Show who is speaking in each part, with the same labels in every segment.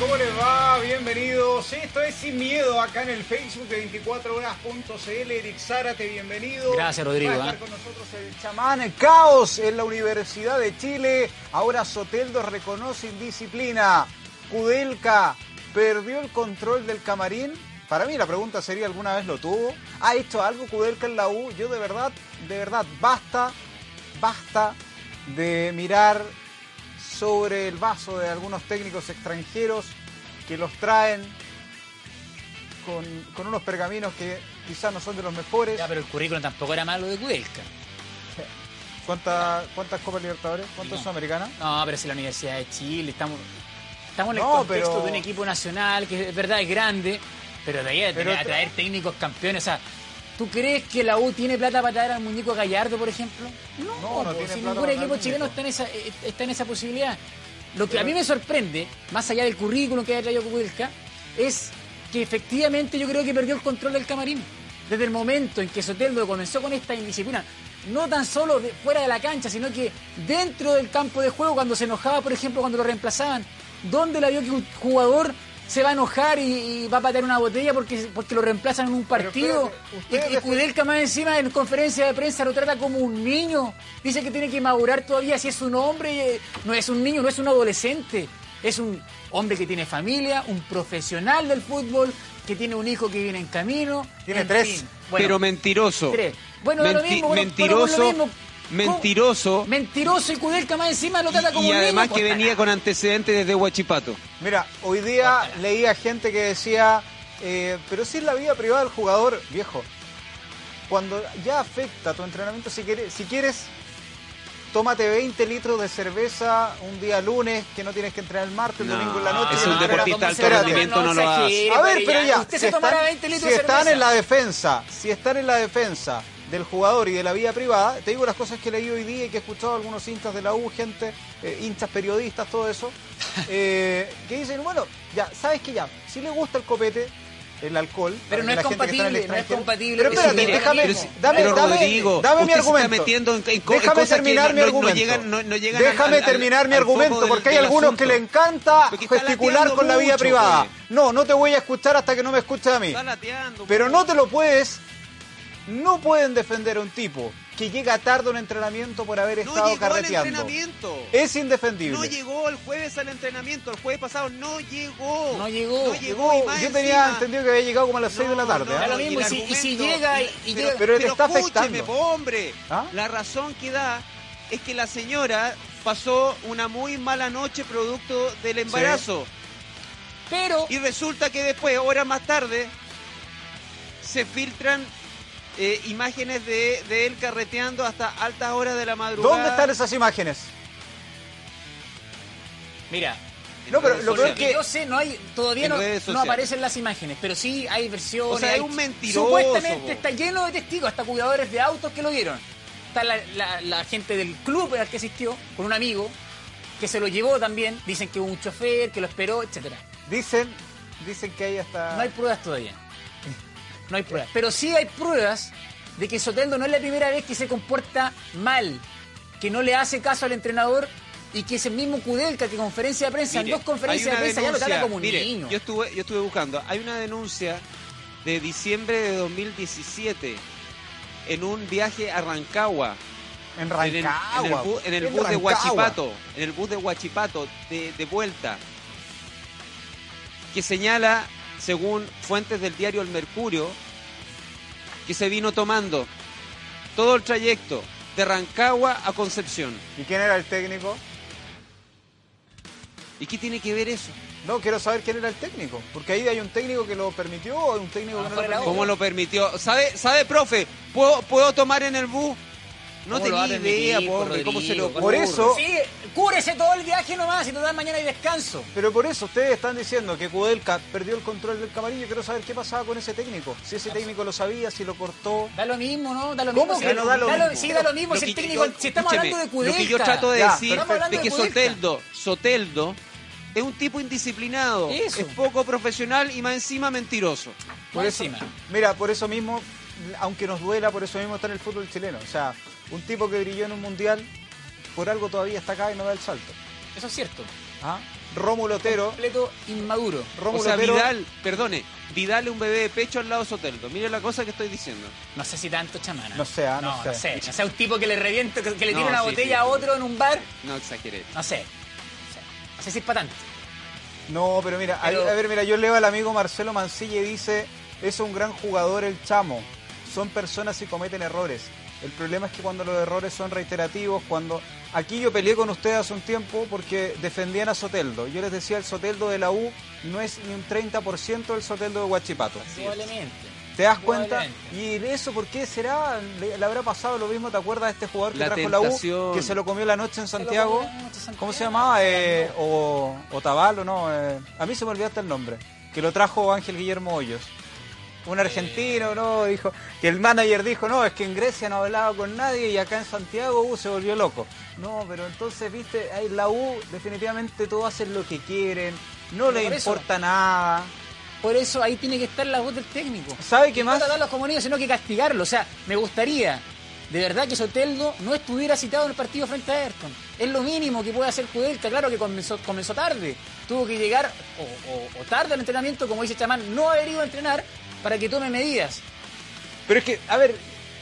Speaker 1: ¿Cómo les va? Bienvenidos. Esto es Sin Miedo acá en el Facebook de 24horas.cl. Eric Zárate, bienvenido.
Speaker 2: Gracias, Rodrigo,
Speaker 1: Va a estar
Speaker 2: ¿eh?
Speaker 1: con nosotros el chamán Caos en la Universidad de Chile. Ahora Soteldo reconoce indisciplina. Kudelka perdió el control del camarín. Para mí la pregunta sería, ¿alguna vez lo tuvo? ¿Ha hecho algo Kudelka en la U? Yo de verdad, de verdad, basta, basta de mirar sobre el vaso de algunos técnicos extranjeros que los traen con, con unos pergaminos que quizás no son de los mejores.
Speaker 2: Ya, pero el currículum tampoco era malo de Kudelka.
Speaker 1: ¿Cuánta- ¿Cuántas Copas Libertadores? ¿Cuántas
Speaker 2: No.
Speaker 1: Sudamericanas?
Speaker 2: No, pero si la Universidad de Chile, estamos, estamos en el
Speaker 1: No,
Speaker 2: contexto
Speaker 1: pero-
Speaker 2: de un equipo nacional que es verdad es grande, pero de ahí a,
Speaker 1: Pero
Speaker 2: tener- a
Speaker 1: tra-
Speaker 2: traer técnicos campeones. O sea, ¿tú crees que la U tiene plata para traer al muñeco Gallardo, por ejemplo? No,
Speaker 1: No, no
Speaker 2: po,
Speaker 1: tiene
Speaker 2: si
Speaker 1: plata
Speaker 2: ningún
Speaker 1: para
Speaker 2: equipo
Speaker 1: traer
Speaker 2: chileno
Speaker 1: muñeco.
Speaker 2: está en, esa, eh, está en esa posibilidad. Lo que a
Speaker 1: Pero-
Speaker 2: mí me sorprende, más allá del currículum que haya traído Kudelka, es que efectivamente yo creo que perdió el control del camarín. Desde el momento en que Soteldo comenzó con esta indisciplina, no tan solo de- fuera de la cancha, sino que dentro del campo de juego, cuando se enojaba, por ejemplo, cuando lo reemplazaban, ¿dónde la vio que un jugador se va a enojar y, y va a patear una botella porque, porque lo reemplazan en un partido?
Speaker 1: espérate,
Speaker 2: Y,
Speaker 1: ustedes
Speaker 2: y Kudelka más encima en conferencia de prensa lo trata como un niño. Dice que tiene que madurar todavía si es un hombre. eh, No es un niño, no es un adolescente. Es un hombre que tiene familia, un profesional del fútbol, que tiene un hijo que viene en camino.
Speaker 1: Tiene
Speaker 2: en
Speaker 1: tres.
Speaker 2: fin. Bueno,
Speaker 3: pero mentiroso.
Speaker 2: tres. Bueno, da lo
Speaker 3: Menti-
Speaker 2: mismo, bueno,
Speaker 3: mentiroso,
Speaker 2: bueno, lo mismo.
Speaker 3: mentiroso
Speaker 2: mentiroso y Kudelka más encima lo trata
Speaker 3: y-
Speaker 2: como
Speaker 3: y,
Speaker 2: un niño.
Speaker 3: además
Speaker 2: pues,
Speaker 3: que venía con antecedentes desde Huachipato.
Speaker 1: Mira, hoy día leía gente que decía, eh, pero si es la vida privada del jugador, viejo, cuando ya afecta tu entrenamiento, si quieres, si quieres, tómate 20 litros de cerveza un día lunes, que no tienes que entrenar el martes, el
Speaker 3: No,
Speaker 1: domingo en la noche.
Speaker 3: eso
Speaker 1: no,
Speaker 3: es
Speaker 1: pero-
Speaker 3: deportista de alto
Speaker 1: espérate.
Speaker 3: rendimiento, no lo
Speaker 2: exagere,
Speaker 1: A ver,
Speaker 2: padre,
Speaker 1: pero ya,
Speaker 2: Usted
Speaker 1: si
Speaker 2: se tomará
Speaker 1: están-
Speaker 2: 20 litros
Speaker 1: si
Speaker 2: de
Speaker 1: están en
Speaker 2: cerveza.
Speaker 1: la defensa, si están en la defensa del jugador y de la vida privada, te digo las cosas que leí hoy día y que he escuchado a algunos hinchas de la U, gente, eh, hinchas periodistas, todo eso, eh, que dicen, bueno, ya, sabes que ya, si le gusta el copete, el alcohol, para
Speaker 2: Pero no es
Speaker 1: la gente que está en el
Speaker 2: compatible, no es
Speaker 1: extranjero-
Speaker 2: compatible
Speaker 1: Pero
Speaker 2: con
Speaker 1: espérate,
Speaker 2: su
Speaker 1: déjame,
Speaker 2: organismo.
Speaker 1: dame,
Speaker 3: pero
Speaker 1: dame-
Speaker 3: Rodrigo,
Speaker 1: dame mi
Speaker 3: usted se está
Speaker 1: argumento.
Speaker 3: metiendo en, en co- en
Speaker 1: Déjame
Speaker 3: cosas que
Speaker 1: terminar
Speaker 3: no-
Speaker 1: mi
Speaker 3: no-
Speaker 1: argumento.
Speaker 3: No llegan, no, no llegan
Speaker 1: Déjame
Speaker 3: al- al-
Speaker 1: terminar mi
Speaker 3: al foco
Speaker 1: argumento,
Speaker 3: del-
Speaker 1: porque hay
Speaker 3: del
Speaker 1: algunos que le
Speaker 3: asunto.
Speaker 1: encanta
Speaker 3: Porque está
Speaker 1: gesticular
Speaker 3: lateando
Speaker 1: con la vida
Speaker 3: mucho,
Speaker 1: privada.
Speaker 3: pues.
Speaker 1: No, no te voy a escuchar hasta que no me escuches a mí.
Speaker 3: Está lateando,
Speaker 1: Pero
Speaker 3: pues.
Speaker 1: no te lo puedes. No pueden defender a un tipo que llega tarde a un entrenamiento por haber
Speaker 3: No
Speaker 1: estado
Speaker 3: llegó al
Speaker 1: carreteando.
Speaker 3: entrenamiento.
Speaker 1: Es indefendible.
Speaker 3: No llegó el jueves al entrenamiento, el jueves pasado no llegó.
Speaker 2: No llegó.
Speaker 3: No
Speaker 1: Llegó-
Speaker 3: llegó y más
Speaker 1: yo tenía
Speaker 3: encima-
Speaker 1: entendido que había llegado como a las 6 de la tarde.
Speaker 2: no,
Speaker 1: ¿ah?
Speaker 2: Da lo mismo, y si- y si llega y- y
Speaker 3: pero,
Speaker 2: llega-
Speaker 1: Pero te está
Speaker 3: escúcheme,
Speaker 1: afectando.
Speaker 3: po, hombre.
Speaker 1: ¿Ah?
Speaker 3: La razón que da es que la señora pasó una muy mala noche producto del embarazo.
Speaker 2: Pero
Speaker 3: Y resulta que después, horas más tarde, se filtran eh, imágenes de, de él carreteando hasta altas horas de la madrugada.
Speaker 1: ¿Dónde están esas imágenes?
Speaker 2: mira,
Speaker 1: No, pero lo peor
Speaker 2: Porque
Speaker 1: es que.
Speaker 2: yo sé, no hay, todavía
Speaker 3: En
Speaker 2: no,
Speaker 3: redes
Speaker 2: no
Speaker 3: sociales.
Speaker 2: aparecen las imágenes, pero sí hay versiones.
Speaker 3: O sea,
Speaker 2: hay
Speaker 3: es un mentiroso,
Speaker 2: Supuestamente
Speaker 3: po.
Speaker 2: está lleno de testigos, hasta cuidadores de autos que lo vieron. Está la, la- la gente del club al que asistió, con un amigo, que se lo llevó también. Dicen que hubo un chofer, que lo esperó, etcétera.
Speaker 1: Dicen, dicen que hay hasta.
Speaker 2: No hay pruebas todavía. No hay pruebas. Pero sí hay pruebas de que Soteldo no es la primera vez que se comporta mal, que no le hace caso al entrenador y que ese mismo Kudelka que conferencia de prensa, en
Speaker 3: Mire,
Speaker 2: dos conferencias
Speaker 3: hay
Speaker 2: de
Speaker 3: una
Speaker 2: prensa ya lo trata
Speaker 3: denuncia.
Speaker 2: como un
Speaker 3: Mire,
Speaker 2: niño.
Speaker 3: Yo estuve, yo estuve buscando. Hay una denuncia de diciembre de 2017 en un viaje a Rancagua.
Speaker 1: En
Speaker 3: en el- en el,
Speaker 1: Rancagua.
Speaker 3: bu- en el
Speaker 1: en
Speaker 3: bus de
Speaker 1: Rancagua.
Speaker 3: Huachipato, en el bus de Huachipato, de, de vuelta, que señala, según fuentes del diario El Mercurio, que se vino tomando todo el trayecto de Rancagua a Concepción.
Speaker 1: ¿Y quién era el técnico?
Speaker 3: ¿Y qué tiene que ver eso?
Speaker 1: No, quiero saber quién era el técnico, porque ahí hay un técnico que lo permitió o hay un técnico que no lo
Speaker 2: Afuera,
Speaker 1: permitió.
Speaker 3: ¿Cómo lo permitió? ¿Sabe, sabe profe? ¿Puedo, ¿Puedo tomar en el bus? No
Speaker 4: ¿Cómo lo va a
Speaker 3: tenía
Speaker 4: permitir,
Speaker 3: idea,
Speaker 4: po,
Speaker 3: pobre, ¿Cómo se le
Speaker 4: Rodrigo?
Speaker 3: ocurre?
Speaker 1: Por eso-
Speaker 2: Sí, cúrese todo el viaje nomás y total mañana hay descanso.
Speaker 1: Pero por eso ustedes están diciendo que Kudelka perdió el control del camarín. Yo quiero saber qué pasaba con ese técnico. Si ese técnico lo sabía, si lo cortó.
Speaker 2: Da lo mismo, ¿no? Da lo
Speaker 1: ¿Cómo
Speaker 2: mismo.
Speaker 1: que no da lo mismo?
Speaker 2: Sí, da lo mismo.
Speaker 3: Lo
Speaker 2: si, el
Speaker 3: que
Speaker 2: técnico,
Speaker 3: yo-
Speaker 2: si estamos hablando de
Speaker 3: escúcheme,
Speaker 2: Kudelka.
Speaker 3: Lo que yo trato de
Speaker 1: Ya,
Speaker 3: decir
Speaker 2: estamos hablando
Speaker 3: es
Speaker 2: de
Speaker 3: que
Speaker 2: Kudelka.
Speaker 3: Soteldo, Soteldo es un tipo indisciplinado,
Speaker 2: Eso.
Speaker 3: es poco profesional y más encima mentiroso.
Speaker 1: Por eso,
Speaker 2: Encima.
Speaker 1: mira, por eso mismo, aunque nos duela, por eso mismo está en el fútbol chileno. O sea, un tipo que brilló en un mundial, por algo todavía está acá y no da el salto.
Speaker 2: Eso es cierto.
Speaker 1: ¿Ah? Rómulo Otero,
Speaker 2: Completo inmaduro.
Speaker 1: Rómulo
Speaker 3: o sea,
Speaker 1: Otero-
Speaker 3: Vidal, perdone, Vidal es un bebé de pecho al lado de Soteldo. Mire la cosa que estoy diciendo.
Speaker 2: No sé si tanto chamana.
Speaker 1: No sé, ah, no
Speaker 2: No
Speaker 1: sé.
Speaker 2: sé. No sé, un tipo que le reviente, que, que le
Speaker 3: No,
Speaker 2: tire una
Speaker 3: sí,
Speaker 2: botella
Speaker 3: sí,
Speaker 2: a
Speaker 3: sí.
Speaker 2: otro en un bar.
Speaker 3: No exageré.
Speaker 2: No sé. No sé, No sé si es para tanto.
Speaker 1: No, pero mira, ahí-
Speaker 2: Pero-
Speaker 1: a ver, mira, yo leo al amigo Marcelo Mancilla y dice, es un gran jugador el chamo, son personas y cometen errores. El problema es que cuando los errores son reiterativos, cuando... Aquí yo peleé con ustedes hace un tiempo porque defendían a Soteldo. Yo les decía, el Soteldo de la U no es ni un 30% del Soteldo de Huachipato.
Speaker 2: Probablemente.
Speaker 1: ¿Te das cuenta?
Speaker 2: Probablemente.
Speaker 1: Y de eso, ¿por qué será? Le, le habrá pasado lo mismo, ¿te acuerdas de este jugador que
Speaker 3: La
Speaker 1: trajo la U?
Speaker 3: tentación.
Speaker 1: Que se lo comió la noche en
Speaker 2: lo
Speaker 1: Santiago.
Speaker 2: comió la noche en
Speaker 1: ¿Cómo se
Speaker 2: Santiago,
Speaker 1: llamaba?
Speaker 2: no,
Speaker 1: Eh, o, o Tabalo, ¿no? eh, a mí se me olvidó hasta el nombre. Que lo trajo Ángel Guillermo Hoyos. Un
Speaker 2: Eh.
Speaker 1: argentino, ¿no? Dijo, que el manager dijo, no, es que en Grecia no hablaba con nadie y acá en Santiago uh, se volvió loco. No, pero entonces, viste, ahí la U definitivamente todos hacen lo que quieren, no
Speaker 2: Pero
Speaker 1: les
Speaker 2: por eso-
Speaker 1: importa nada.
Speaker 2: Por eso ahí tiene que estar la voz del técnico.
Speaker 1: ¿Sabe qué
Speaker 2: No
Speaker 1: más?
Speaker 2: tratarlos como niños, sino que castigarlos. O sea, me gustaría de verdad que Soteldo no estuviera citado en el partido frente a Ayrton. Es lo mínimo que puede hacer Kudelka. Claro que comenzó, comenzó tarde. Tuvo que llegar o, o- o tarde al entrenamiento, como dice Chamán, no haber ido a entrenar para que tome medidas.
Speaker 1: Pero es que, a ver,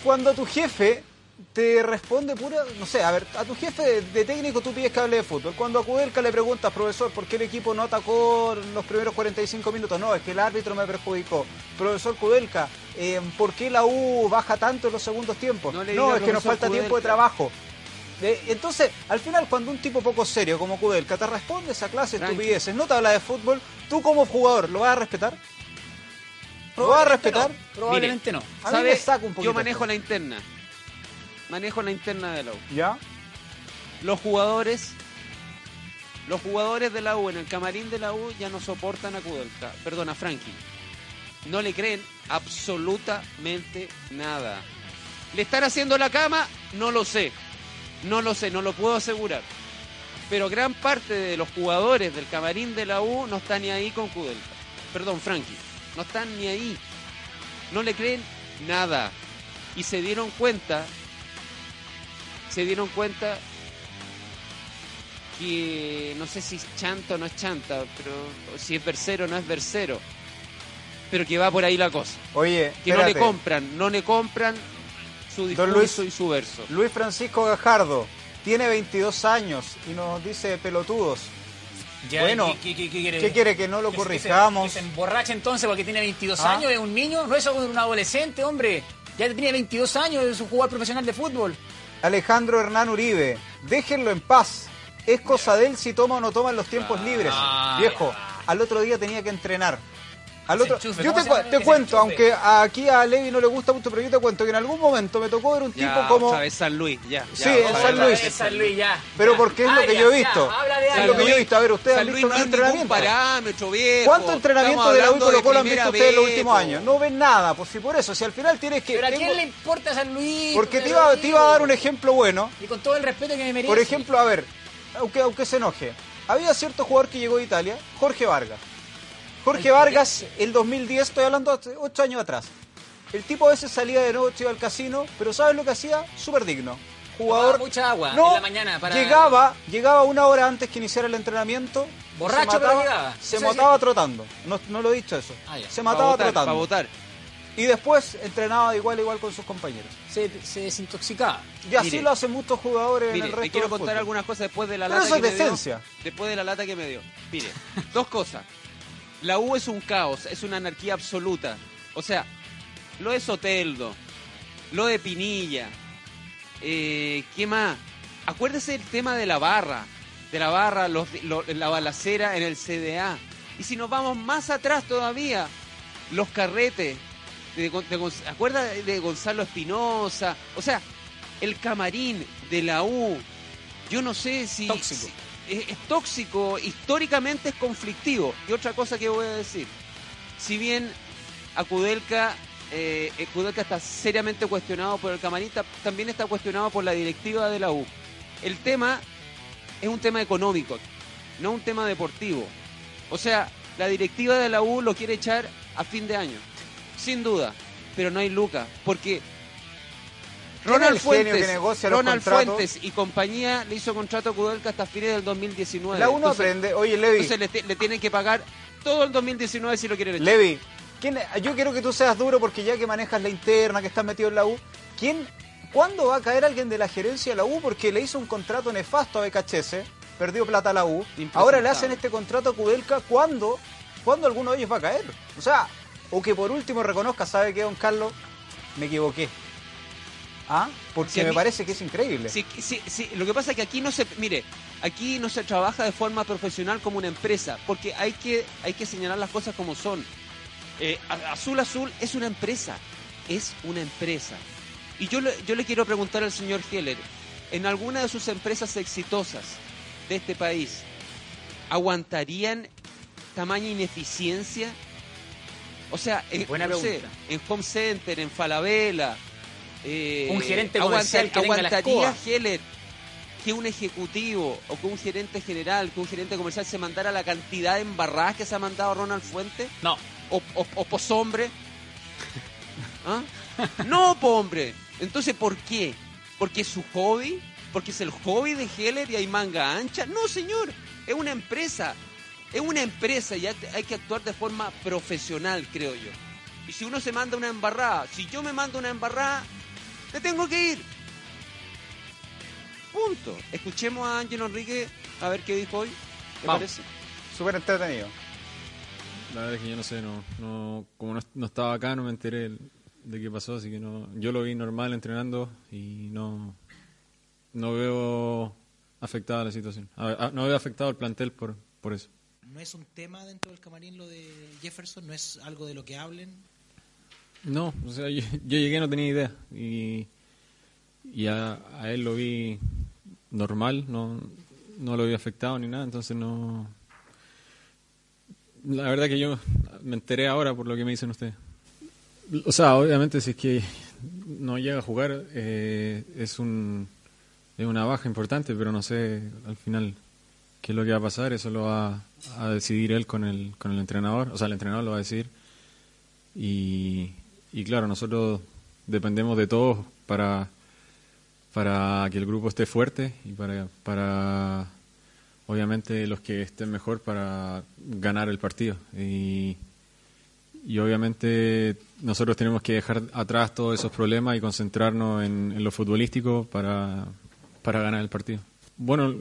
Speaker 1: cuando tu jefe te responde pura, no sé, a ver, a tu jefe de, de técnico tú pides que hable de fútbol. Cuando a Kudelka le preguntas, profesor, ¿por qué el equipo no atacó los primeros 45 minutos? No, es que el árbitro me perjudicó. Profesor Kudelka, eh, ¿por qué la U baja tanto en los segundos tiempos? No,
Speaker 3: No le diga,
Speaker 1: es que nos
Speaker 3: profesor
Speaker 1: falta tiempo de
Speaker 3: Kudelka.
Speaker 1: trabajo. Eh, Entonces, al final, cuando un tipo poco serio como Kudelka te responde esa clase de
Speaker 3: Tranqui.
Speaker 1: estupideces, no te habla de fútbol, tú como jugador, ¿lo vas a respetar? ¿Lo vas a respetar?
Speaker 2: No, probablemente no.
Speaker 1: A mí
Speaker 3: ¿Sabe?
Speaker 1: me saca un poquito
Speaker 3: Yo manejo
Speaker 1: esto.
Speaker 3: la interna. Manejo la interna de la U.
Speaker 1: ¿Ya?
Speaker 3: Los jugadores los jugadores de la U en el camarín de la U ya no soportan a Kudelka, perdón, a Frankie. No le creen absolutamente nada. ¿Le están haciendo la cama? No lo sé. No lo sé, no lo puedo asegurar. Pero gran parte de los jugadores del camarín de la U no están ni ahí con Kudelka. Perdón, Frankie. No están ni ahí. No le creen nada. Y se dieron cuenta. Se dieron cuenta que no sé si es chanta o no es chanta, pero o si es versero o no es versero. Pero que va por ahí la cosa.
Speaker 1: Oye,
Speaker 3: Que no le
Speaker 1: espérate.
Speaker 3: compran, no le compran su
Speaker 1: Don
Speaker 3: discurso
Speaker 1: Luis.
Speaker 3: y su verso.
Speaker 1: Luis Francisco Gajardo tiene 22 años y nos dice pelotudos.
Speaker 2: Ya,
Speaker 1: Bueno,
Speaker 2: ¿qué, qué- qué quiere?
Speaker 1: ¿Qué quiere que no lo
Speaker 2: Que se- que se-
Speaker 1: corrijamos?
Speaker 2: que se emborracha entonces porque tiene 22
Speaker 1: Ah.
Speaker 2: años, es un niño. No es un adolescente, hombre. Ya tiene 22 años, es un jugador profesional de fútbol.
Speaker 1: Alejandro Hernán Uribe, déjenlo en paz. Es cosa de él si toma o no toma en los tiempos libres.
Speaker 2: Ah,
Speaker 1: Viejo, al otro día tenía que entrenar. Al otro...
Speaker 2: Desenchufe,
Speaker 1: Yo te,
Speaker 2: ¿cómo se
Speaker 1: cu-
Speaker 2: llama el
Speaker 1: te cuento, aunque
Speaker 2: desenchufe?
Speaker 1: aquí a Levi no le gusta mucho, pero yo te cuento que en algún momento me tocó ver un
Speaker 3: Ya,
Speaker 1: tipo como...
Speaker 3: otra vez San Luis, ya.
Speaker 1: Sí,
Speaker 3: ya,
Speaker 1: en
Speaker 3: otra
Speaker 1: San
Speaker 3: vez.
Speaker 1: Luis.
Speaker 2: Es San Luis, ya.
Speaker 1: Pero
Speaker 2: Ya.
Speaker 1: porque es lo que
Speaker 2: Arias,
Speaker 1: yo he
Speaker 2: ya,
Speaker 1: visto.
Speaker 2: habla de
Speaker 1: Es
Speaker 3: San
Speaker 1: lo
Speaker 2: Arias.
Speaker 1: que yo he visto. A ver, ustedes
Speaker 3: San
Speaker 1: han
Speaker 3: Luis
Speaker 1: visto
Speaker 3: no
Speaker 1: los
Speaker 3: es ningún
Speaker 1: entrenamientos.
Speaker 3: parámetro, viejo.
Speaker 1: ¿Cuánto entrenamiento
Speaker 3: Estamos
Speaker 1: de la U y
Speaker 3: hablando
Speaker 1: Colo Colo han
Speaker 3: de
Speaker 1: visto
Speaker 3: primera
Speaker 1: ustedes en los
Speaker 3: vez,
Speaker 1: últimos
Speaker 3: po.
Speaker 1: años? No ven nada, pues si por eso, si al final tienes que...
Speaker 2: Pero a quién
Speaker 1: tengo-
Speaker 2: le importa San Luis.
Speaker 1: Porque te
Speaker 2: San
Speaker 1: iba,
Speaker 2: Luis?
Speaker 1: te iba a dar un ejemplo bueno.
Speaker 2: Y con todo el respeto que me merece.
Speaker 1: Por ejemplo, a ver, aunque, aunque se enoje, había cierto jugador que llegó de Italia, Jorge Vargas. Jorge Vargas, el 2010, estoy hablando hace 8 años atrás. El tipo a veces salía de noche iba al casino, pero ¿sabes lo que hacía? Súper digno. Jugador.
Speaker 2: Tomaba mucha agua
Speaker 1: no,
Speaker 2: en la mañana para-
Speaker 1: Llegaba, llegaba una hora antes que iniciara el entrenamiento.
Speaker 2: Borracho,
Speaker 1: se
Speaker 2: pero
Speaker 1: mataba,
Speaker 2: llegaba.
Speaker 1: Se
Speaker 2: Eso
Speaker 1: mataba trotando. No, no lo he dicho eso.
Speaker 2: Ah, ya.
Speaker 1: Se
Speaker 3: Pa'
Speaker 1: mataba
Speaker 3: votar, para
Speaker 1: trotando.
Speaker 3: votar.
Speaker 1: Y después entrenaba de igual a igual con sus compañeros.
Speaker 2: Se, se desintoxicaba.
Speaker 1: Y así
Speaker 3: Mire.
Speaker 1: lo hacen muchos jugadores
Speaker 3: Mire,
Speaker 1: en el resto
Speaker 3: le quiero
Speaker 1: del
Speaker 3: contar
Speaker 1: fútbol.
Speaker 3: algunas cosas después de la
Speaker 1: Pero
Speaker 3: lata
Speaker 1: eso
Speaker 3: que
Speaker 1: es
Speaker 3: me
Speaker 1: decencia.
Speaker 3: dio. Después de la lata que me dio. Mire, dos cosas. La U es un caos, es una anarquía absoluta. O sea, lo de Soteldo, lo de Pinilla, eh, ¿qué más? Acuérdese el tema de la barra, de la barra, los- lo- la balacera en el CDA. Y si nos vamos más atrás todavía, los carretes, de, Gon- de Gon- acuerda de Gonzalo Espinosa, o sea, el camarín de la U, yo no sé si...
Speaker 2: Tóxico.
Speaker 3: si- es, es tóxico, históricamente es conflictivo. Y otra cosa que voy a decir, si bien a Kudelka, eh, eh, Kudelka está seriamente cuestionado por el camarín, ta- también está cuestionado por la directiva de la U. El tema es un tema económico, no un tema deportivo. O sea, la directiva de la U lo quiere echar a fin de año, sin duda, pero no hay lucas, porque
Speaker 1: era
Speaker 3: Ronald
Speaker 1: el genio que
Speaker 3: Fuentes,
Speaker 1: negocia los
Speaker 3: Ronald
Speaker 1: contratos?
Speaker 3: Fuentes y compañía le hizo contrato a Kudelka hasta fines del 2019.
Speaker 1: La uno
Speaker 3: Entonces-
Speaker 1: aprende. Oye, Levi,
Speaker 3: entonces le, te- le tienen que pagar todo el 2019 si lo quieren echar.
Speaker 1: Levi, ¿quién- yo quiero que tú seas duro porque ya que manejas la interna, que estás metido en la U, ¿quién, ¿cuándo va a caer alguien de la gerencia de la U? Porque le hizo un contrato nefasto a Becachese, perdió plata a la U, ahora le hacen este contrato a Kudelka, ¿cuándo, ¿cuándo alguno de ellos va a caer? O sea, o que por último reconozca, ¿sabe qué, don Carlos? Me equivoqué. ¿Ah? Porque
Speaker 3: Si a
Speaker 1: me
Speaker 3: mí-
Speaker 1: parece que es increíble.
Speaker 3: Sí, sí, sí, Lo que pasa es que aquí no se, mire, aquí no se trabaja de forma profesional como una empresa, porque hay que, hay que señalar las cosas como son. Eh, A- Azul Azul es una empresa, es una empresa. Y yo le, yo le quiero preguntar al señor Heller, en alguna de sus empresas exitosas de este país, ¿aguantarían tamaña ineficiencia? O sea, en,
Speaker 2: Buena
Speaker 3: no sé,
Speaker 2: pregunta.
Speaker 3: en Home Center, en Falabella, eh,
Speaker 2: Un gerente comercial que tenga la
Speaker 3: aguantaría
Speaker 2: escoba.
Speaker 3: Heller que un ejecutivo o que un gerente general, que un gerente comercial se mandara la cantidad de embarradas que se ha mandado Ronald Fuentes
Speaker 2: No,
Speaker 3: o, o, o poshombre. ¿Ah? No, po, hombre. Entonces, ¿por qué? ¿Porque es su hobby? ¿Porque es el hobby de Heller y hay manga ancha? No, señor. Es una empresa. Es una empresa y hay hay que actuar de forma profesional, creo yo. Y si uno se manda una embarrada, si yo me mando una embarrada, te tengo que ir. Punto. Escuchemos a Ángel Enrique a ver qué dijo hoy. ¿Te
Speaker 2: Vamos.
Speaker 3: parece?
Speaker 1: Súper entretenido.
Speaker 4: La verdad es que yo no sé, no, no como no, est- no estaba acá, no me enteré el- de qué pasó, así que no, yo lo vi normal entrenando y no, no veo afectada la situación. A- a- no veo afectado al plantel por, por eso.
Speaker 5: ¿No es un tema dentro del camarín lo de Jefferson? ¿No es algo de lo que hablen?
Speaker 4: No, o sea, yo, yo llegué no tenía idea y, y a, a él lo vi normal, no, no lo vi afectado ni nada, entonces no... La verdad que yo me enteré ahora por lo que me dicen ustedes. O sea, obviamente si es que no llega a jugar eh, es, un, es una baja importante, pero no sé al final qué es lo que va a pasar, eso lo va a decidir él con el, con el entrenador, o sea, el entrenador lo va a decidir. Y, y claro, nosotros dependemos de todos para, para que el grupo esté fuerte y para, para, obviamente, los que estén mejor para ganar el partido. Y, y obviamente nosotros tenemos que dejar atrás todos esos problemas y concentrarnos en, en lo futbolístico para, para ganar el partido. Bueno,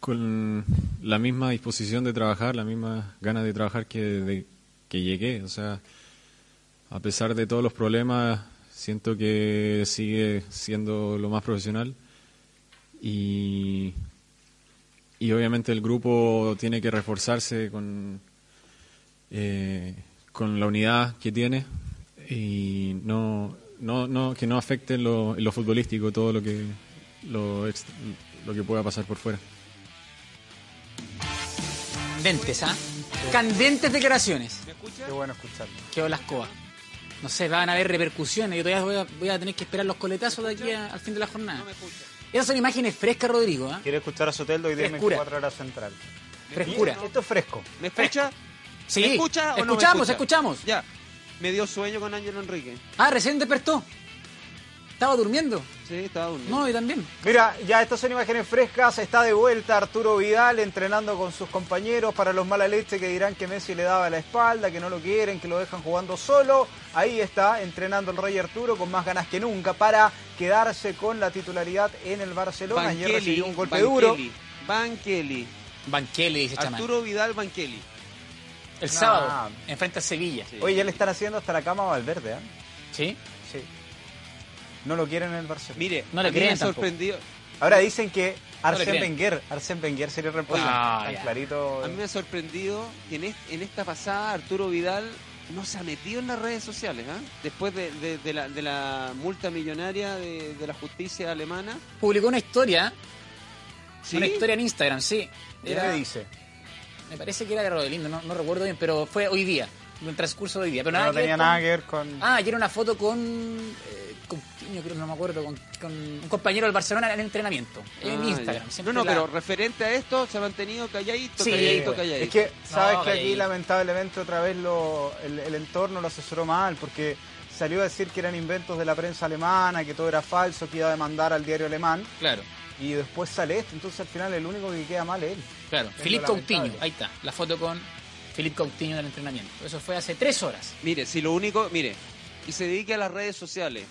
Speaker 4: con la misma disposición de trabajar, la misma ganas de trabajar que, de- que llegué. O sea, a pesar de todos los problemas, siento que sigue siendo lo más profesional y, y obviamente el grupo tiene que reforzarse con, eh, con la unidad que tiene y no, no, no que no afecte en lo, en lo futbolístico todo lo que lo, ex- lo que pueda pasar por fuera.
Speaker 2: candentes, ¿ah? Candentes declaraciones.
Speaker 1: Qué bueno escucharlo.
Speaker 2: Quedó la escoba. No sé, van a haber repercusiones. Yo todavía voy a, voy a tener que esperar los coletazos de aquí a- al fin de la jornada. Esas son imágenes frescas, Rodrigo, ¿ah?
Speaker 1: Quiere escuchar a Soteldo y tiene
Speaker 2: Frescura.
Speaker 1: 24 horas central.
Speaker 2: Frescura.
Speaker 1: Esto es fresco.
Speaker 3: ¿Me escucha?
Speaker 2: Sí.
Speaker 3: ¿Me escucha o no me
Speaker 2: escuchamos,
Speaker 3: escucha?
Speaker 2: escuchamos.
Speaker 3: Ya. Me dio sueño con Ángel Enrique.
Speaker 2: Ah, recién despertó. Estaba durmiendo.
Speaker 3: Sí, estaba durmiendo.
Speaker 2: No, yo también.
Speaker 1: Mira, ya estas son imágenes frescas. Está de vuelta Arturo Vidal entrenando con sus compañeros para los mala leche que dirán que Messi le daba la espalda, que no lo quieren, que lo dejan jugando solo. Ahí está entrenando el Rey Arturo con más ganas que nunca para quedarse con la titularidad en el Barcelona. Ayer recibió un golpe duro.
Speaker 3: Bankeli, Bankeli.
Speaker 2: Banquele, dice Chamán.
Speaker 3: Arturo Vidal Bankeli.
Speaker 2: El
Speaker 1: No.
Speaker 2: sábado, enfrente a Sevilla.
Speaker 3: Sí.
Speaker 1: Oye, ya le están haciendo hasta la cama a Valverde, ¿eh?
Speaker 2: ¿Sí?
Speaker 1: Sí. No lo quieren en el Barcelona.
Speaker 3: Mire,
Speaker 2: No le
Speaker 3: a mí me
Speaker 2: crean
Speaker 3: ha
Speaker 2: tampoco.
Speaker 3: sorprendido.
Speaker 1: Ahora dicen que
Speaker 2: le
Speaker 1: Arsène
Speaker 2: creen.
Speaker 1: Wenger. Arsène Wenger sería el reemplazo.
Speaker 2: Ah,
Speaker 1: Tan
Speaker 2: ya.
Speaker 1: clarito.
Speaker 3: A mí me ha sorprendido que en, est- en esta pasada Arturo Vidal no se ha metido en las redes sociales, ¿ah? Después de, de- de la, de la multa millonaria de, de la justicia alemana.
Speaker 2: Publicó una historia,
Speaker 3: Sí.
Speaker 2: una historia en Instagram, sí.
Speaker 1: ¿Qué
Speaker 2: Era-
Speaker 1: le dice?
Speaker 2: me parece que era de Rodelindo, no, no recuerdo bien, pero fue hoy día, en el transcurso de hoy día. Pero nada
Speaker 1: No
Speaker 2: que ver
Speaker 1: tenía
Speaker 2: con-
Speaker 1: nada que ver con.
Speaker 2: Ah, y era una foto con. eh, con quién, yo creo, no me acuerdo, con, con un compañero del Barcelona en el entrenamiento, en
Speaker 3: Ah,
Speaker 2: Instagram.
Speaker 3: ya.
Speaker 2: siempre
Speaker 3: No, no,
Speaker 2: la-
Speaker 3: pero referente a esto se ha mantenido calladito,
Speaker 2: Sí.
Speaker 3: calladito, calladito.
Speaker 1: Es que, sabes
Speaker 2: No,
Speaker 1: que aquí
Speaker 2: calladito.
Speaker 1: lamentablemente otra vez lo, el, el entorno lo asesoró mal, porque salió a decir que eran inventos de la prensa alemana, que todo era falso, que iba a demandar al diario alemán,
Speaker 2: Claro,
Speaker 1: y después sale esto, entonces al final el único que queda mal es él.
Speaker 2: claro.
Speaker 1: Es
Speaker 2: Filip
Speaker 1: lo
Speaker 2: Coutinho,
Speaker 1: lamentable.
Speaker 2: ahí está, la foto con Filip Coutinho en el entrenamiento. Eso fue hace tres horas.
Speaker 3: Mire, si lo único, mire, que se dedique a las redes sociales,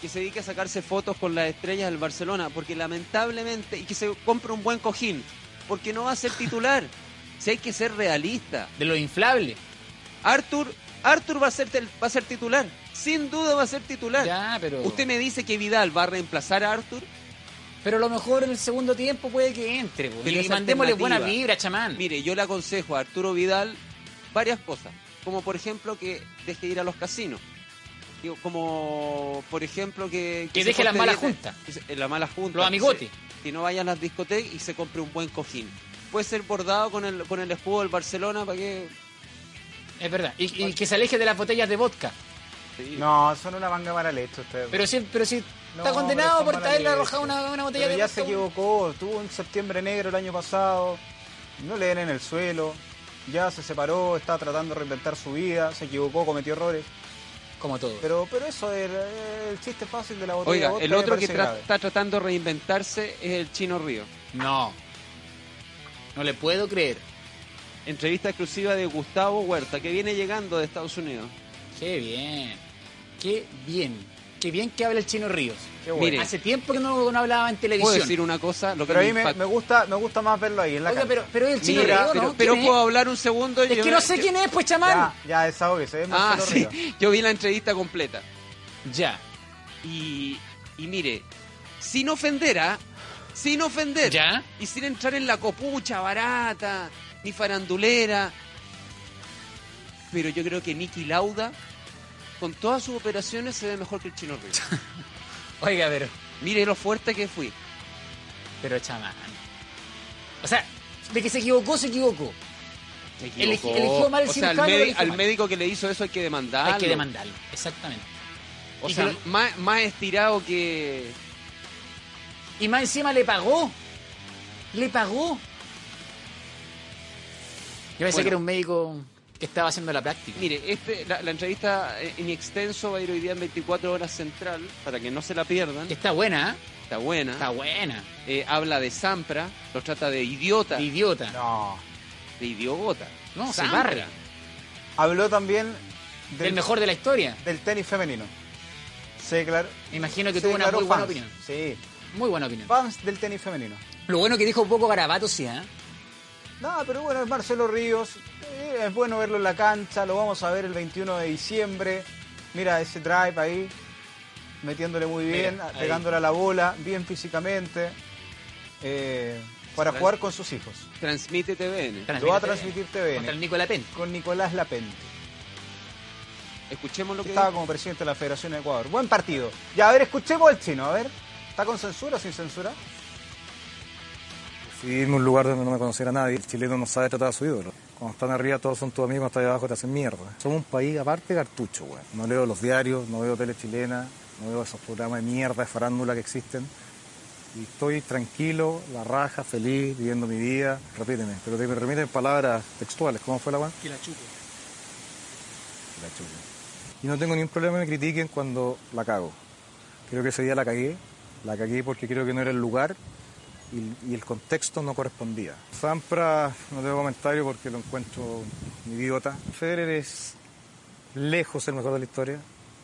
Speaker 3: que se dedique a sacarse fotos con las estrellas del Barcelona, porque lamentablemente, y que se compre un buen cojín, porque no va a ser titular. si hay que ser realista.
Speaker 2: De lo inflable.
Speaker 3: Arthur, Arthur va a ser tel- va a ser titular. Sin duda va a ser titular.
Speaker 2: Ya, pero.
Speaker 3: Usted me dice que Vidal va a reemplazar a Arthur.
Speaker 2: Pero a lo mejor en el segundo tiempo puede que entre. po.
Speaker 3: Pero
Speaker 2: Y
Speaker 3: esa
Speaker 2: mandémosle buena
Speaker 3: alternativa.
Speaker 2: vibra, chamán.
Speaker 3: Mire, yo le aconsejo a Arturo Vidal varias cosas, como por ejemplo que deje de ir a los casinos. Digo, como por ejemplo que...
Speaker 2: Que
Speaker 3: se
Speaker 2: deje las
Speaker 3: porte
Speaker 2: malas
Speaker 3: bien-
Speaker 2: juntas.
Speaker 3: que se- eh, La mala junta.
Speaker 2: Los amigotes.
Speaker 3: Que, que no vaya a las discotecas y se compre un buen cojín. Puede ser bordado con el, con el escudo del Barcelona para que...
Speaker 2: Es verdad. Y, y que se aleje de las botellas de vodka.
Speaker 3: Sí.
Speaker 1: No, son una manga para el esto ustedes.
Speaker 2: Pero si, pero si
Speaker 1: No,
Speaker 2: está
Speaker 1: pero
Speaker 2: condenado
Speaker 1: son
Speaker 2: por
Speaker 1: mala
Speaker 2: haberle
Speaker 1: leche.
Speaker 2: arrojado una, una botella
Speaker 1: Pero
Speaker 2: de
Speaker 1: ya
Speaker 2: vodka.
Speaker 1: se equivocó, tuvo un septiembre negro el año pasado, no le den en el suelo, ya se separó, está tratando de reinventar su vida, se equivocó, cometió errores.
Speaker 2: Como todo.
Speaker 1: Pero, pero eso es el, el chiste fácil de la botella. de
Speaker 3: Oiga,
Speaker 1: vodka
Speaker 3: el
Speaker 1: me
Speaker 3: otro que
Speaker 1: parece
Speaker 3: tra-
Speaker 1: grave.
Speaker 3: está tratando de reinventarse es el Chino Río.
Speaker 2: No. No le puedo creer.
Speaker 3: Entrevista exclusiva de Gustavo Huerta, que viene llegando de Estados Unidos.
Speaker 2: Qué bien. Qué bien. Qué bien que habla el chino Ríos.
Speaker 1: Qué bueno.
Speaker 3: Mire,
Speaker 2: Hace tiempo que no, no hablaba en
Speaker 3: ¿Puedo
Speaker 2: televisión.
Speaker 3: decir una cosa? Lo que
Speaker 1: Pero a
Speaker 3: me
Speaker 1: mí me,
Speaker 3: impactó.
Speaker 1: me gusta, me gusta más verlo ahí en la
Speaker 2: Oiga,
Speaker 1: cancha.
Speaker 2: pero, pero el chino
Speaker 3: Mira,
Speaker 2: Ríos,
Speaker 3: pero,
Speaker 2: ¿no?
Speaker 3: pero
Speaker 2: ¿Quién es?
Speaker 3: puedo hablar un segundo.
Speaker 2: Es
Speaker 3: Yo
Speaker 2: que
Speaker 3: me-
Speaker 2: no sé
Speaker 3: yo-
Speaker 2: quién es, pues,
Speaker 1: Ya,
Speaker 2: chamán.
Speaker 1: ya, desahóguese, es
Speaker 3: Ah,
Speaker 1: Marcelo
Speaker 3: sí.
Speaker 1: Ríos.
Speaker 3: Yo vi la entrevista completa.
Speaker 2: Ya.
Speaker 3: Y, y mire, sin ofender, ¿ah? Sin ofender.
Speaker 2: ¿Ya?
Speaker 3: Y sin entrar en la copucha barata, ni farandulera. Pero yo creo que Nicky Lauda, con todas sus operaciones, se ve mejor que el Chino Río.
Speaker 2: Oiga, pero.
Speaker 3: mire lo fuerte que fui.
Speaker 2: Pero chamán. O sea, de que se equivocó, se equivocó.
Speaker 3: Se
Speaker 2: Elegi-
Speaker 3: equivocó.
Speaker 2: eligió mal el
Speaker 3: o sea, al,
Speaker 2: cirujano,
Speaker 3: médi-
Speaker 2: lo eligió
Speaker 3: al
Speaker 2: mal.
Speaker 3: médico que le hizo eso hay que demandarlo.
Speaker 2: Hay que demandarlo. Exactamente.
Speaker 3: O
Speaker 2: Y
Speaker 3: sea,
Speaker 2: que lo-
Speaker 3: más, más estirado que...
Speaker 2: Y más encima le pagó. Le pagó. Yo pensé
Speaker 3: Bueno.
Speaker 2: que era un médico que estaba haciendo la práctica.
Speaker 3: Mire, este, la, la entrevista eh, en extenso va a ir hoy día en 24 horas central, para que no se la pierdan.
Speaker 2: Que Está buena, ¿eh?
Speaker 1: Ah.
Speaker 3: Está buena.
Speaker 2: Está buena.
Speaker 3: Eh, habla de Sampra, los trata de idiota,
Speaker 2: De Idiota.
Speaker 1: No.
Speaker 3: de idiota.
Speaker 2: No, se
Speaker 3: Sampra.
Speaker 2: barra.
Speaker 1: Habló también del,
Speaker 2: El mejor de la historia.
Speaker 1: del tenis femenino. Se declaró.
Speaker 2: Me imagino que
Speaker 1: se
Speaker 2: tuvo una
Speaker 1: declaró
Speaker 2: muy buena
Speaker 1: fans.
Speaker 2: opinión.
Speaker 1: Sí,
Speaker 2: Muy buena opinión.
Speaker 1: fans del tenis femenino.
Speaker 2: Lo bueno que dijo un poco garabato, sí, ¿eh?
Speaker 1: No, pero bueno, es Marcelo Ríos. eh, Es bueno verlo en la cancha. Lo vamos a ver el 21 de diciembre. Mira ese drive ahí. Metiéndole muy bien,
Speaker 2: Mira, ahí.
Speaker 1: pegándole a la bola, bien físicamente. eh, para
Speaker 3: Drive.
Speaker 1: jugar con sus hijos.
Speaker 3: Transmite TVN.
Speaker 1: Lo va a transmitir TVN.
Speaker 2: Contra el Nicolás Pente.
Speaker 1: Con Nicolás Lapente.
Speaker 3: Escuchemos lo
Speaker 1: que
Speaker 3: que
Speaker 1: estaba como presidente de la Federación de Ecuador. Buen partido. Ya, a ver, escuchemos al chino, a ver. ¿Está con censura o sin censura?
Speaker 6: Decidí irme a un lugar donde no me conociera nadie. El chileno no sabe tratar a su ídolo. Cuando están arriba todos son tus amigos, cuando están ahí abajo te hacen mierda. Somos un país aparte cartucho, güey. No leo los diarios, no veo tele chilena, no veo esos programas de mierda, de farándula que existen. Y estoy tranquilo, la raja, feliz, viviendo mi vida. Repíteme, pero te me remiten palabras textuales. ¿Cómo fue la weá?
Speaker 5: Que la chupo.
Speaker 6: La chupa. Y no tengo ningún problema que me critiquen cuando la cago. Creo que ese día la cagué. La cagué porque creo que no era el lugar y, y el contexto no correspondía. Zampra, no tengo comentario porque lo encuentro un idiota. Federer es lejos el mejor de la historia,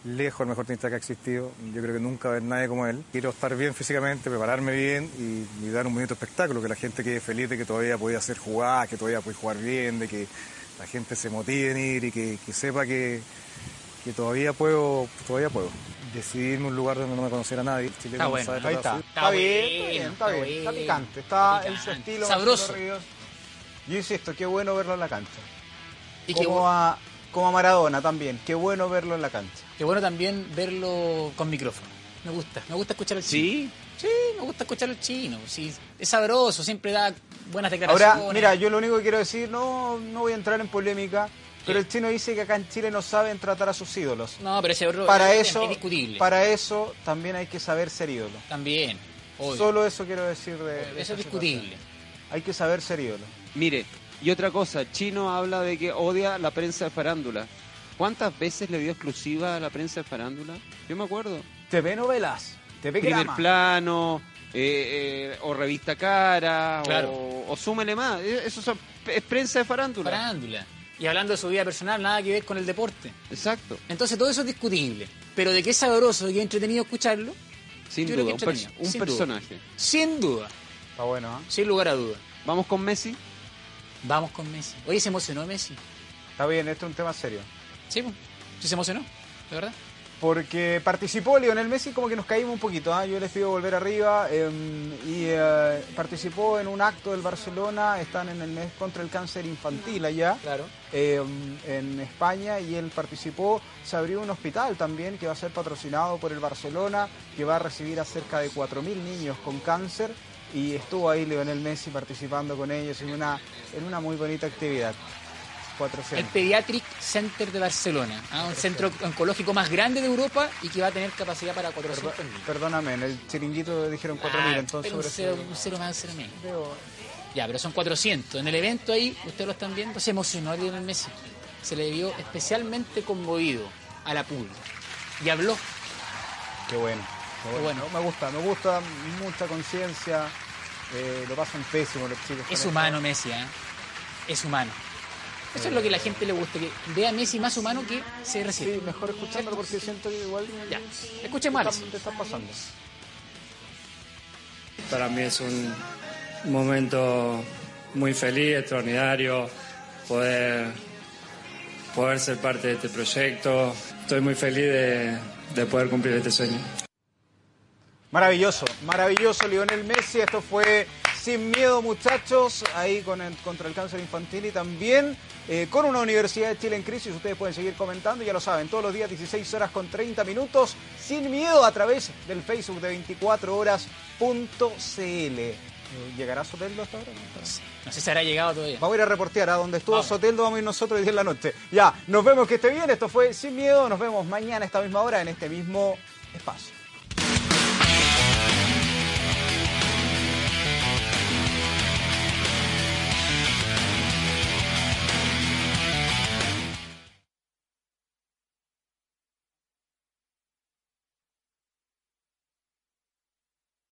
Speaker 6: lejos el mejor tenista que ha existido. Yo creo que nunca va a haber nadie como él. Quiero estar bien físicamente, prepararme bien y, y dar un bonito espectáculo, que la gente quede feliz de que todavía podía hacer jugadas, que todavía puede jugar bien, de que la gente se motive en ir y que, que sepa que, que todavía puedo, todavía puedo. Decidirme un lugar donde no me conociera nadie. Chile
Speaker 7: Está
Speaker 6: no
Speaker 7: bueno,
Speaker 6: sabe
Speaker 1: Ahí está.
Speaker 6: tratar
Speaker 1: Está,
Speaker 6: así.
Speaker 1: bien,
Speaker 2: bueno,
Speaker 1: está bien, está bien. Está
Speaker 2: bueno.
Speaker 1: picante. Está
Speaker 2: Está
Speaker 1: en su
Speaker 2: picante.
Speaker 1: estilo.
Speaker 2: Sabroso.
Speaker 1: Marcelo Ríos. Yo insisto, qué bueno verlo en la cancha.
Speaker 2: Y qué,
Speaker 1: como,
Speaker 2: bu-
Speaker 1: a, como a Maradona también. Qué bueno verlo en la cancha.
Speaker 2: qué bueno también verlo con micrófono. Me gusta, me gusta escuchar al chino.
Speaker 3: Sí,
Speaker 2: Sí, me gusta escuchar al chino. Sí, es sabroso, siempre da buenas declaraciones.
Speaker 1: Ahora, mira, yo lo único que quiero decir, no, no voy a entrar en polémica, pero el chino dice que acá en Chile no saben tratar a sus ídolos.
Speaker 2: No, pero ese otro
Speaker 1: Para
Speaker 2: es,
Speaker 1: eso,
Speaker 2: es discutible.
Speaker 1: para eso también hay que saber ser ídolo.
Speaker 2: También, obvio.
Speaker 1: Solo eso quiero decir de, de
Speaker 2: eso
Speaker 1: esta
Speaker 2: es discutible.
Speaker 1: situación. Hay que saber ser ídolo.
Speaker 3: mire. Y otra cosa, Chino habla de que odia la prensa de farándula. ¿Cuántas veces le dio exclusiva a la prensa de farándula? Yo me acuerdo.
Speaker 1: TV novelas, TV
Speaker 3: Primer
Speaker 1: grama.
Speaker 3: plano, eh, eh, o revista cara,
Speaker 2: Claro.
Speaker 3: o, o súmele más. Eh, Eso son- es prensa de farándula.
Speaker 2: Farándula. Y hablando de su vida personal, nada que ver con el deporte.
Speaker 3: Exacto,
Speaker 2: Entonces todo eso es discutible. Pero de que es sabroso y que es entretenido escucharlo,
Speaker 3: sin
Speaker 2: Yo creo
Speaker 3: duda, un,
Speaker 2: que
Speaker 3: pers-
Speaker 2: entretenido,
Speaker 3: un
Speaker 2: sin duda.
Speaker 3: personaje.
Speaker 2: sin duda,
Speaker 1: Está bueno, ¿eh?
Speaker 2: sin lugar a duda,
Speaker 3: Vamos con Messi.
Speaker 2: vamos con Messi. Oye, se emocionó Messi.
Speaker 1: Está bien, esto es un tema serio.
Speaker 2: Sí, po. sí se emocionó, de verdad.
Speaker 1: Porque participó Lionel Messi, como que nos caímos un poquito. ¿ah? Yo les pido volver arriba. eh, y eh, participó en un acto del Barcelona. Están en el mes contra el cáncer infantil allá.
Speaker 2: Claro.
Speaker 1: eh, en España y él participó. Se abrió un hospital también que va a ser patrocinado por el Barcelona, que va a recibir a cerca de 4.000 niños con cáncer y estuvo ahí Lionel Messi participando con ellos en una, en una muy bonita actividad. 400.
Speaker 2: El Pediatric Center de Barcelona, ah, un centro oncológico más grande de Europa y que va a tener capacidad para 400
Speaker 1: Perdo-
Speaker 2: niños.
Speaker 1: Perdóname, en el chiringuito dijeron 4.000,
Speaker 2: Ah,
Speaker 1: entonces...
Speaker 2: pero un
Speaker 1: hubiera
Speaker 2: cero,
Speaker 1: sido-
Speaker 2: un cero más, un cero menos.
Speaker 1: Veo-
Speaker 2: Ya, pero son 400. En el evento ahí, ustedes lo están viendo, se emocionó Lionel Messi. Se le vio especialmente conmovido a la pulga. Y habló.
Speaker 1: Qué bueno. Qué bueno.
Speaker 2: bueno.
Speaker 1: Me gusta, me gusta, mucha conciencia. eh, lo pasan pésimo los chicos. con
Speaker 2: Es
Speaker 1: esto.
Speaker 2: humano Messi, ¿eh? Es humano. Eso es lo que a la gente le gusta, que vea a Messi más humano que se recibe.
Speaker 1: Sí, mejor escuchándolo porque siento que igual...
Speaker 2: Ya, escuchemos a Messi.
Speaker 1: te están pasando.
Speaker 8: Para mí es un momento muy feliz, extraordinario, poder, poder ser parte de este proyecto. Estoy muy feliz de- de poder cumplir este sueño.
Speaker 1: Maravilloso, maravilloso Lionel Messi. Esto fue Sin Miedo, muchachos, ahí con el- contra el cáncer infantil y también eh, con una Universidad de Chile en crisis. Ustedes pueden seguir comentando, ya lo saben, todos los días 16 horas con 30 minutos, Sin Miedo a través del Facebook de 24horas.cl. Eh, ¿Llegará Soteldo hasta ahora?
Speaker 2: No sé, no sé si habrá llegado todavía.
Speaker 1: Vamos a ir a reportear a donde estuvo
Speaker 2: Vamos.
Speaker 1: Soteldo, vamos a ir nosotros hoy día en la noche. Ya, nos vemos que esté bien. Esto fue Sin Miedo, nos vemos mañana a esta misma hora en este mismo espacio.